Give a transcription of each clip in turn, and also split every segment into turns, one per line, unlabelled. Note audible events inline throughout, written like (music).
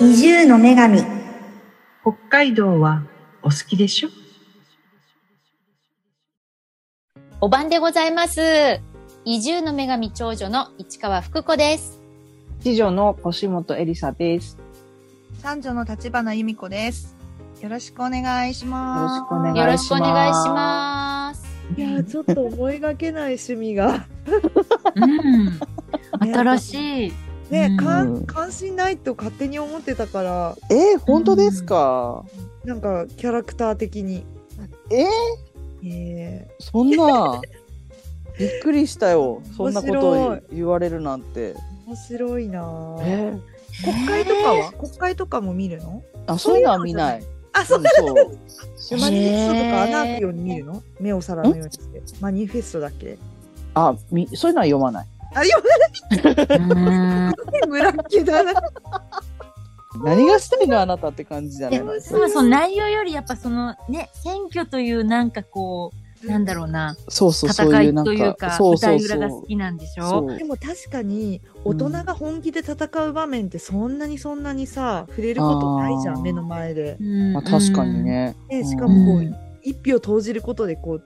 の女神
北海道はお好きでしょ
お晩でございます。移住の女神長女の市川福子です。
次女の腰本エリサです。
三女の立花由美子です。よろしくお願いします。
よろしくお願
よろ
いします
しくお願いします。
いやーちょっと思いがけない趣味が (laughs)
うん。
新しい。
ね、
うん
かん関心ないと勝手に思ってたから
えー、本当ですか、
なんかキャラクター的に、
えー、
えー
そんな。 (laughs) びっくりしたよ。そんなことを
面白い
言われるなんて。
面白いなー
えー、
国会とかは国会とかも見るの
あ、そういうのは見ない。
あ
う
そ
ん
う
そう。
でマニフェストとか穴開くように見るの目を皿のようにしてマニフェストだっけ
あ、み、そういうのは読まない。
あよ
うん
く村っ気だな
何がしたいの、あなたって感じじゃない。
そもそも内容よりやっぱそのね、選挙というなんかこう、なんだろうな、
そうそう、そう
戦
いう
い
なん
という
か。
か、
そう
舞
そ
台
う
裏が
そ
好
う。
きなんでしょ
そう
でも確かに大人が本気で戦う場面ってそんなにそんなにさ触れることないじゃ
あー
ん目の前で
う。ん
まあ、確かに。ね。
ね、
うん
しかもこう、
うん
一票投じることでこ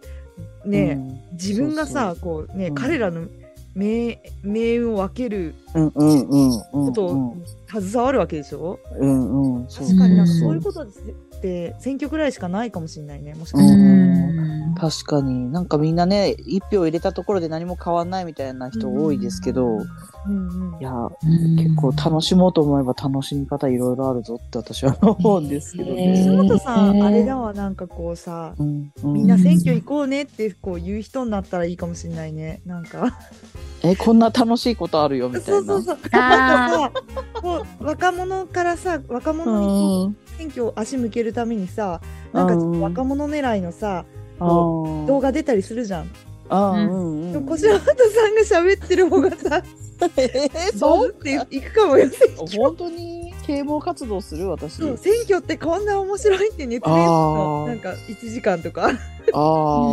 うね、自分がさこうね、
うん
彼らの命命運を分ける
うん、うん、うん、うん、
こと
う
を
ん、
携わるわけでしょ、
うん、うん、
確かになんか
うん
そういうことって選挙くらいしかないかもしれないねもしか
う
し
う
たら。
ん。
確かになんかみんなね一票入れたところで何も変わんないみたいな人多いですけど、
うんうん
いや結構楽しもうと思えば楽しみ方いろいろあるぞって私は思うんですけどね。
そうとさ、
ね
あれだわなんかこうさ
うんう
みん
ん、
な選挙行こうねってこう言う人になったらいいかもしれないねなんか
えこんな楽しいことあるよみた
そ
いう
そ
な
う。そう
あ
なんかさこう若者からさ若者にこう
うん
選挙を足向けるためにさなんかちょっと若者狙いのさ
あー
動画出たりするじゃん。
あーうん
で
う
も
ん
小島さんが喋ってる方がさ、
え
バ
ーそ
ズ
う
っていくかもよ。
本当に啓蒙活動する私。
そう選挙ってこんな面白いって熱弁
あー
のなんか1時間とか
ああ
(laughs)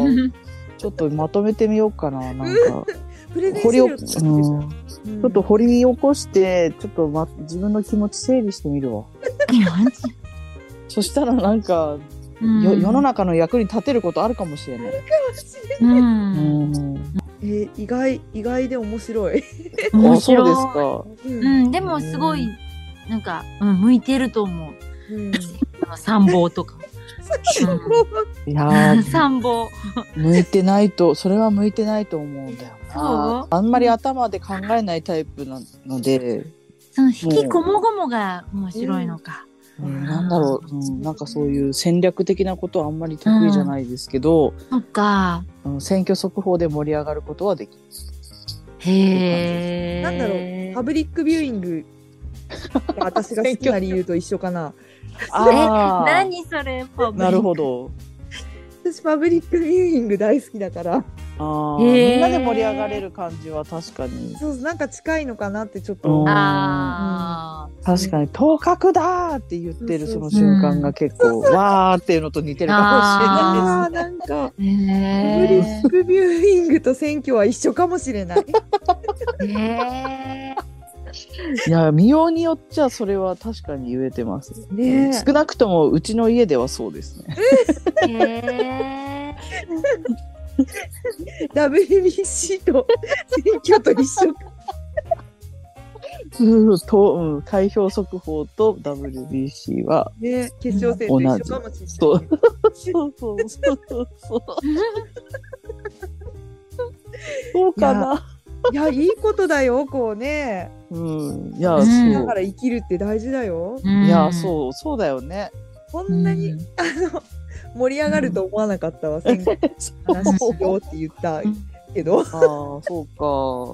ー
ちょっとまとめてみようかななんか。
プレゼン
掘
資
り
料
(laughs) 起こ、
とか作ってるじゃんうん
うんちょっと掘り起こしてちょっと、ま、自分の気持ち整理してみるわ。 (laughs) そしたらなんか、よ世の中の役に立てることあるかもしれない。
うん。
うん
(laughs) えー意外意外で面白い。
あ
面
そう
白
で
い
すか。
うん
うん、でもすごい、なんか、うん、向いてると思う。
うん
あの参謀と (laughs) か。
いやー
参謀。
向いてないとそれは向いてないと思うんだよな。あんまり頭で考えないタイプなので、
その引きこもごもが面白いのか。
うんなんだろう、うんなんかそういう戦略的なことはあんまり得意じゃないですけど、
そっか。
うん選挙速報で盛り上がることはできる。
へえ。
なんだろうパブリックビューイングが私が好きな理由と一緒かな。
あー
何それパブリック
なるほど。
私パブリックビューイング大好きだから。
あー
へー
みんなで盛り上がれる感じは確かに。
そうそうなんか近いのかなってちょっ
う
と
ん。
あー
確かに当確だーって言ってるその瞬間が結構、わーっていうのと似てるか
あーなん
へ
かパブリ
え。
ックビューイングと選挙は一緒かもし
(laughs)
れない。
へ
もしれないです。いや、見ようによっちゃそれは確かに言えてます。
ねえ
少なくともうちの家ではそうですね。
え。へ
WBC と選挙と一緒か。
うんと、うん、開票速報と WBC は。
(laughs)
ね決勝戦と一緒かもしれない。
そう。そうそうそうそうそう。そうかな。
いやいいことだよこうね。
うん。いや、
う
そ
ん
だか
う。
ら生きるって大事だよ。
いや、
う
そう、そうだよね。
こんなに、
うん
あの盛り上がると思わなかったわ選挙の話しようって言ったけど。
ああ、そ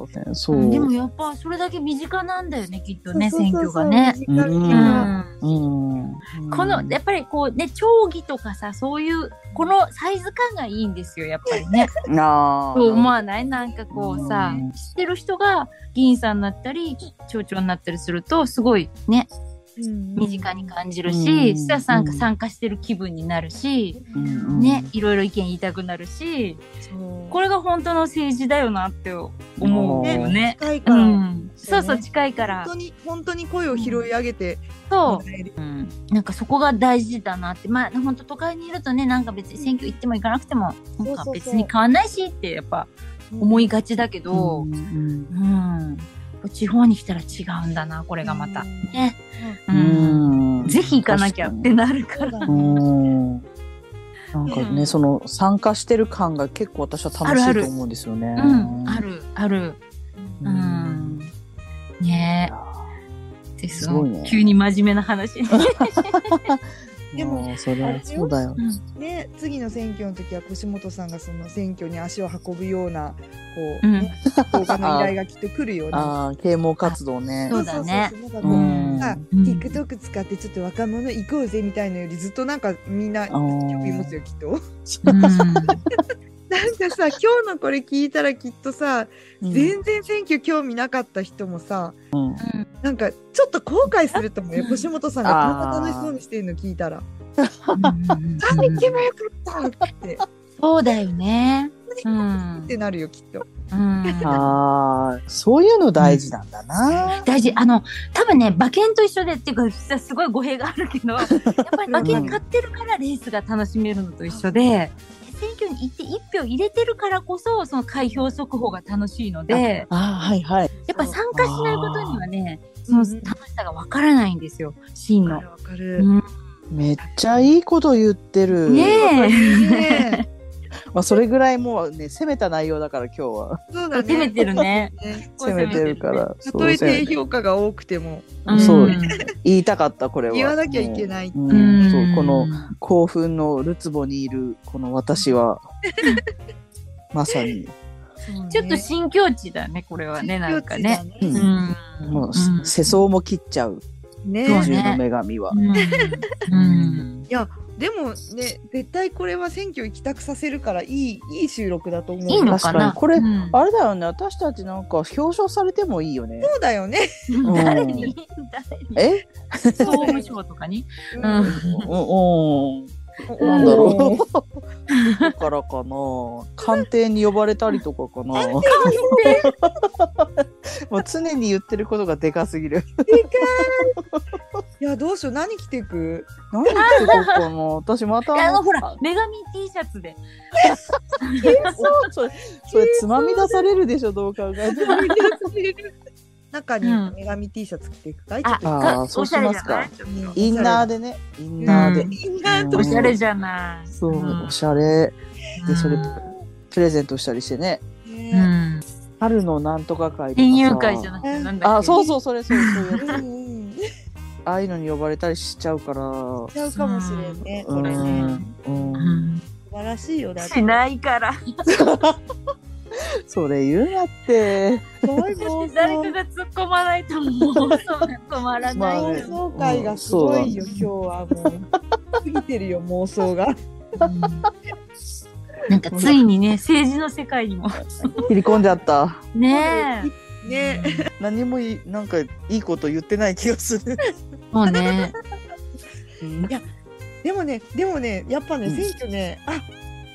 うか。そう。
ん。でもやっぱそれだけ身近なんだよねきっとね
そうそう
選
そう
挙がね。
身近
う
う。
になん
うん。
このやっぱりこうね町議とかさそういうこのサイズ感がいいんですよやっぱりね。
なあ。
(laughs) そう思わないなんかこうさ
うん
知ってる人が議員さんになったり町長になったりするとすごいね身近に感じるし、
うん
そしたら参加
うん
参加してる気分になるし、
うんうん
ね、いろいろ意見言いたくなるし、
そう
これが本当の政治だよなって思うよね。
近いか
う
ら、
ん、そうそう
ね
近いから
本当に本当に声を拾い上げて
そ
も
う
らえる、
うんなんかそこが大事だなってまあ本当都会にいるとねなんか別に選挙行っても行かなくてもなんか
そうそうそう
別に変わんないしってやっぱ思いがちだけど、
うん
うん地方に来たら違うんだなこれがまた。ね、
う
うん
んうん
ぜひ行かなきゃってなるから。
うんなんか
う
ね、
ん
その参加してる感が結構私は楽しいと思うんですよね。
うん、ある、ある。うん。ねえ。です
すごいね
急に真面目な話。
で
でも
も、それはそうだよ。
ね、次の選挙の時は腰本さんがその選挙に足を運ぶようなこ
う
う、
ん
ね、動画の依頼がきっと来るよね。
(laughs)
ああ、啓蒙活動ね
そ。うだね
そうそうそう
う
なんかこ
ん
うさ
うん
TikTok 使ってちょっと若者行こうぜみたいのよりずっとなんかみんな興味持つよきっと。 (laughs)
(laughs)
なんかさ今日のこれ聞いたらきっとさ、全然選挙興味なかった人もさ
うん
なんかちょっと後悔すると思うよ腰本さんが
あー
こんな楽しそうにしてるの聞いたら「あ行けばよかった!」って
そうだよね。うん
っ。てなるよきっと。
うん
ああ、そういうの大事なんだな。
大事。あの、多分ね、馬券と一緒でっていうか、実はすごい語弊があるけ
(laughs)
ど、やっぱり馬券買ってるからレースが楽しめるのと一緒で、選挙に行って一票入れてるからこそ、その開票速報が楽しいので、
ああ、はいはい。
やっぱ参加しないことにはね、そ
そ
の
う
楽しさがわからないんですよ、真の
わか。るわかる。
うん
めっちゃいいこと言ってる。
ね
ね
まあ、それぐらいもうね、攻めた内容だから今日
(laughs)
は。
えそ
え、
うだね。
攻めてるね。
ね
攻めてるから。
たとえ
そう
低評価が多くても
ん
そう言いたかった、これは。
言わなきゃいけない。
うん。
うん
そう、この、興奮のるつぼにいるこの私はまさに
ちょっと新境地だね、これはね、なんかね。
ね
う
うんん。
もう、
うん
世相も切っちゃう
ね
そう
宇
ね
宙の女神は、
うんうん。
でもね絶対これは選挙行きたくさせるからいいいい収録だと思う。
いいのか
確か
な
にこれ
うん
あれだよね私たちなんか表彰されてもいいよね
そうだよね。
誰に誰に
え
総務省とかに
うん
うん
うんうん
お
なんだろうだからかな官邸に呼ばれたりとかかなもう常に言ってることがでかすぎる
いやどうしよう何着てく？
何言ってたかな私また
あ
あの
の、ほら、女神 T シャツで。
それそれつまみ出されるでしょどう考えても。
中に
うん
女神 T シャツ着ていくかい？
あ
ちょっ
あーそうしますか。
と
インナー
で。
でね、インナーで。
インナー
うん
と
おしゃれじゃない。
そう、おしゃれ。で、それ
うん、
プレゼントしたりしてね。
う
ね。
ん。
春のなんとか会とかさ。
園遊会じゃなくて、なんだっけ
あ、そうそう、それ、そうそういうや
う
つ。
んうん。し
ああいうのに呼ばれたりしちゃうから。う
ちゃうかもしれんね。それね。
ん。うん
うん
素晴らしいよだって
し。ないから。
それ言うな (laughs) って。
怖い
そ
妄
して誰か
想
が突っ込まないともう止まらないよ。
妄想会がすごいよ
うん
今日はもう。過ぎてるよ妄想が。
うんなんかついにね政治の世界にも
切り込んじゃった。
ね
ね。
何もいい、なんかいいこと言ってない気がする。
えもうね
(laughs) うん
でもね、でもね、やっぱね、
うん
選挙ね、あ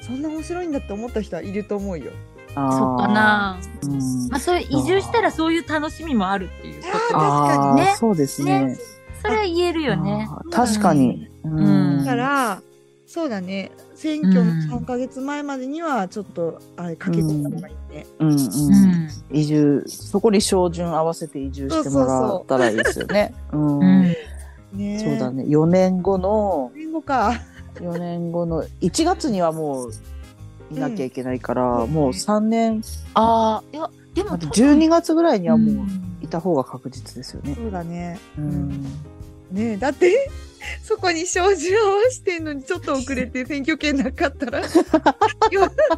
そんな面白いんだって思った人はいると思うよ。
あー
そっか。な、
うん
まあ、それ移住したらそういう楽しみもあるっていうこと
あ
ね
あ、そうですね
ね。それは言えるよね
あー確かに。うん
うん
だから、そうだね、選挙の3ヶ月前までには、ちょっと、あれ、かけてた方がいいね。
うんう
う
ん
ん、
移住そこに照準合わせて移住してもらったらいいですよね。うん
うん、
ね
そうだね4年後の
言語か。
4年後の1月にはもういなきゃいけないから、
うん
もう3年あ
いやでも
あと12月ぐらいにはも
ん
ういた方が確実ですよね。
そうだね。
う
うん
ん
ねだって、そこに照準合わせてんのに、ちょっと遅れて選挙権なかったら、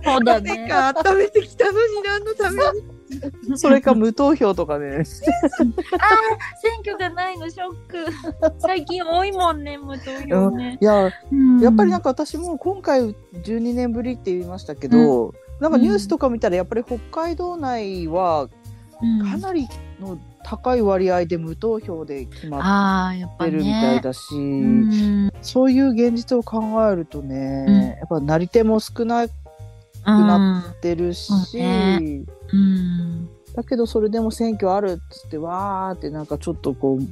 そうだ
4
ね
年間温めてきたのに、何のために。
それか無投票とかね
あー選挙がないのショック (laughs) 最近多いもんね無投票ね、
(laughs) いや
うん
やっぱりなんか私も今回12年ぶりって言いましたけど、なんかニュースとか見たらやっぱり北海道内は
うん
かなりの高い割合で無投票で決ま
ああ、やっ
っ
ぱ
て
り、
る
ね。
みたいだし、
うん
そういう現実を考えるとね、
うん
やっぱなり手も少なくなってるし、
うんそうねうん。
だけどそれでも選挙あるっつってわーってなんかちょっとこう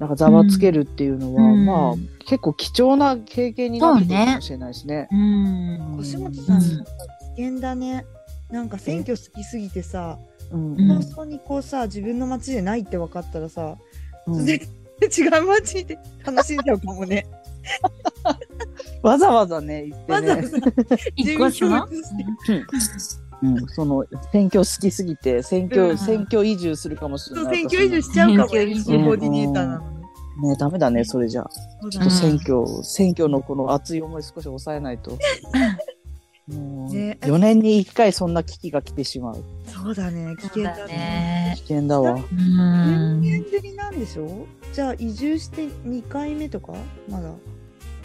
なんかざわつけるっていうのは、
うん
まあ
うん
結構貴重な経験になってく
そ
る
うね
かもしれないですね。
うん。
腰本さ、
うんん
危険だね。なんか選挙好きすぎてさ、
うん
うん
本当にこうさ、自分の街でないって分かったらさ、
うん
全然違う街で楽しんじゃうかもね。
わざわざね行ってね
わざわざ
一個しな。
自民
うんその選挙好きすぎて選挙、
うん
選挙移住するかもしれ
票移
な
そう
い。
選挙移住しちゃうかもね、移住コーディネーターなのに。
私ねダメだねそれじゃあ
そう
ち
だ
ょっと
ね
選挙、選挙のこの熱い思い少し抑えないと。もう
ね
4年に1回そんな危機が来てしまう
そうだね、危
そう
険
だ
だね。
ね。
危険だわ。
うん
年ぶりなんでしょじゃあ移住して2回目とかまだ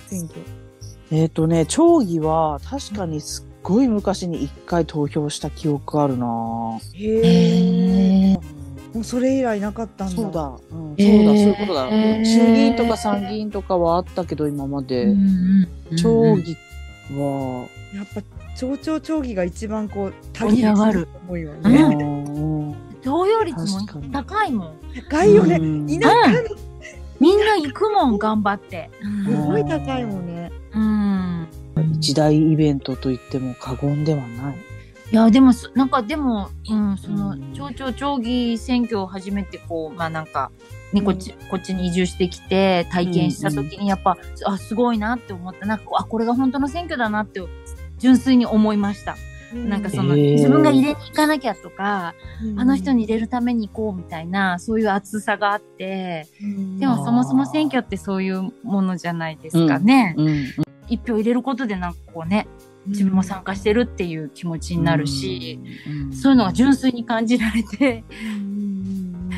選挙。
えっ、とね、町議は確かにすっごい昔に一回投票した記憶あるなぁ
へえ。もうそれ以来なかったんだ。
そうだ、うん
え
そう
ー
だ、そういうことだ。
えー
衆議院とか参議院とかはあったけど、今まで。
うん
町議は、
やっぱ町長町議が一番こう
盛り上がる
思いは
う
ね。
ん
投票率も
確かに
高いもん。
高いよね。
うん
田舎のす
みんな行くもん、頑張って。
ごい高いもんね。
うん。
一大イベントと言っても過言ではない。
いや、でもそ、なんか、でも、うん、その
うん、
町長町議選挙を初めて、こう、まあなんか、ね、こっち、こっちに移住してきて、体験した時に、やっぱ、あ、すごいなって思った。なんか、あ、これが本当の選挙だなって、純粋に思いました。なんかその、
へー
自分が入れに行かなきゃとか、
うん
あの人に入れるために行こうみたいな、そういう熱さがあって、
うん
でもそもそも選挙ってそういうものじゃないですかね。
うん、
一票入れることでなんかこうね、自分も参加してるっていう気持ちになるし、
うん
そういうのが純粋に感じられて、
うん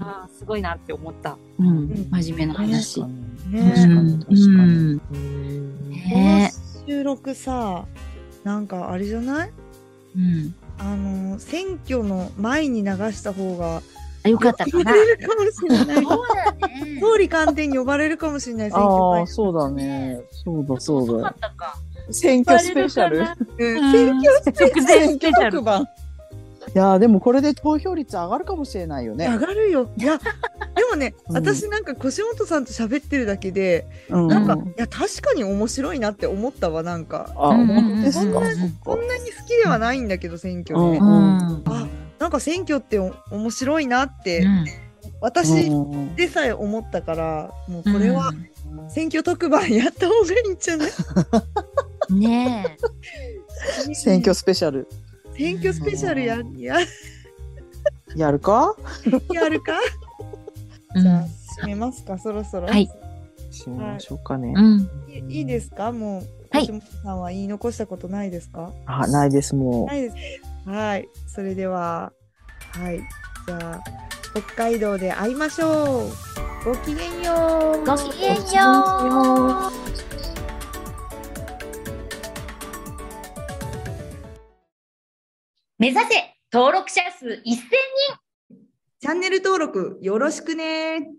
あーすごいなって思った。
う
うん
ん。
真面目な話。
確かに
ね
確かに、確かに。
ね
この収録さ、なんかあれじゃない
うん。
あの選挙の前に流した方が
えよかったかな。
呼ばれるかも
(laughs)
しれな
そ
い。
うだね。
総理官邸に呼ばれるかもしれない選挙
ああ、
会。
そうだね。そうだ、そう
遅か
だ
っ。たか。
選挙スペシャル。
うん
選挙直前スペシャル。
番。いやーでもこれで投票率上がるかもしれないよね
上。がるよ。いや、でもね、
うん
私なんか腰元さんと喋ってるだけで、
うん
なんか、いや、確かに面白いなって思ったわ、なんか。
あ、
うん
本当ですか。
うん
こんなに好きではないんだけど、選挙ね。
うん
あ、なんか選挙ってお面白いなって、
うん
私
うん
でさえ思ったから、もうこれは選挙特番やった方がいいんじゃない、
ねえ。
選挙スペシャル
選挙スペシャルやや
やるか。
やるか、
うん
じゃあ、締めますか、そろそろ。
はい
しましょうかね
う。ん。
いいいですかもう、
はい
腰元さんは言い残したことないですか
あ、ないですも
ないです。はい、それでは、はい、じゃあ北海道で会いましょう。ごきげんよう。
ごきげんよう。
目指せ登録者数1000
チャンネル登録よろしくね。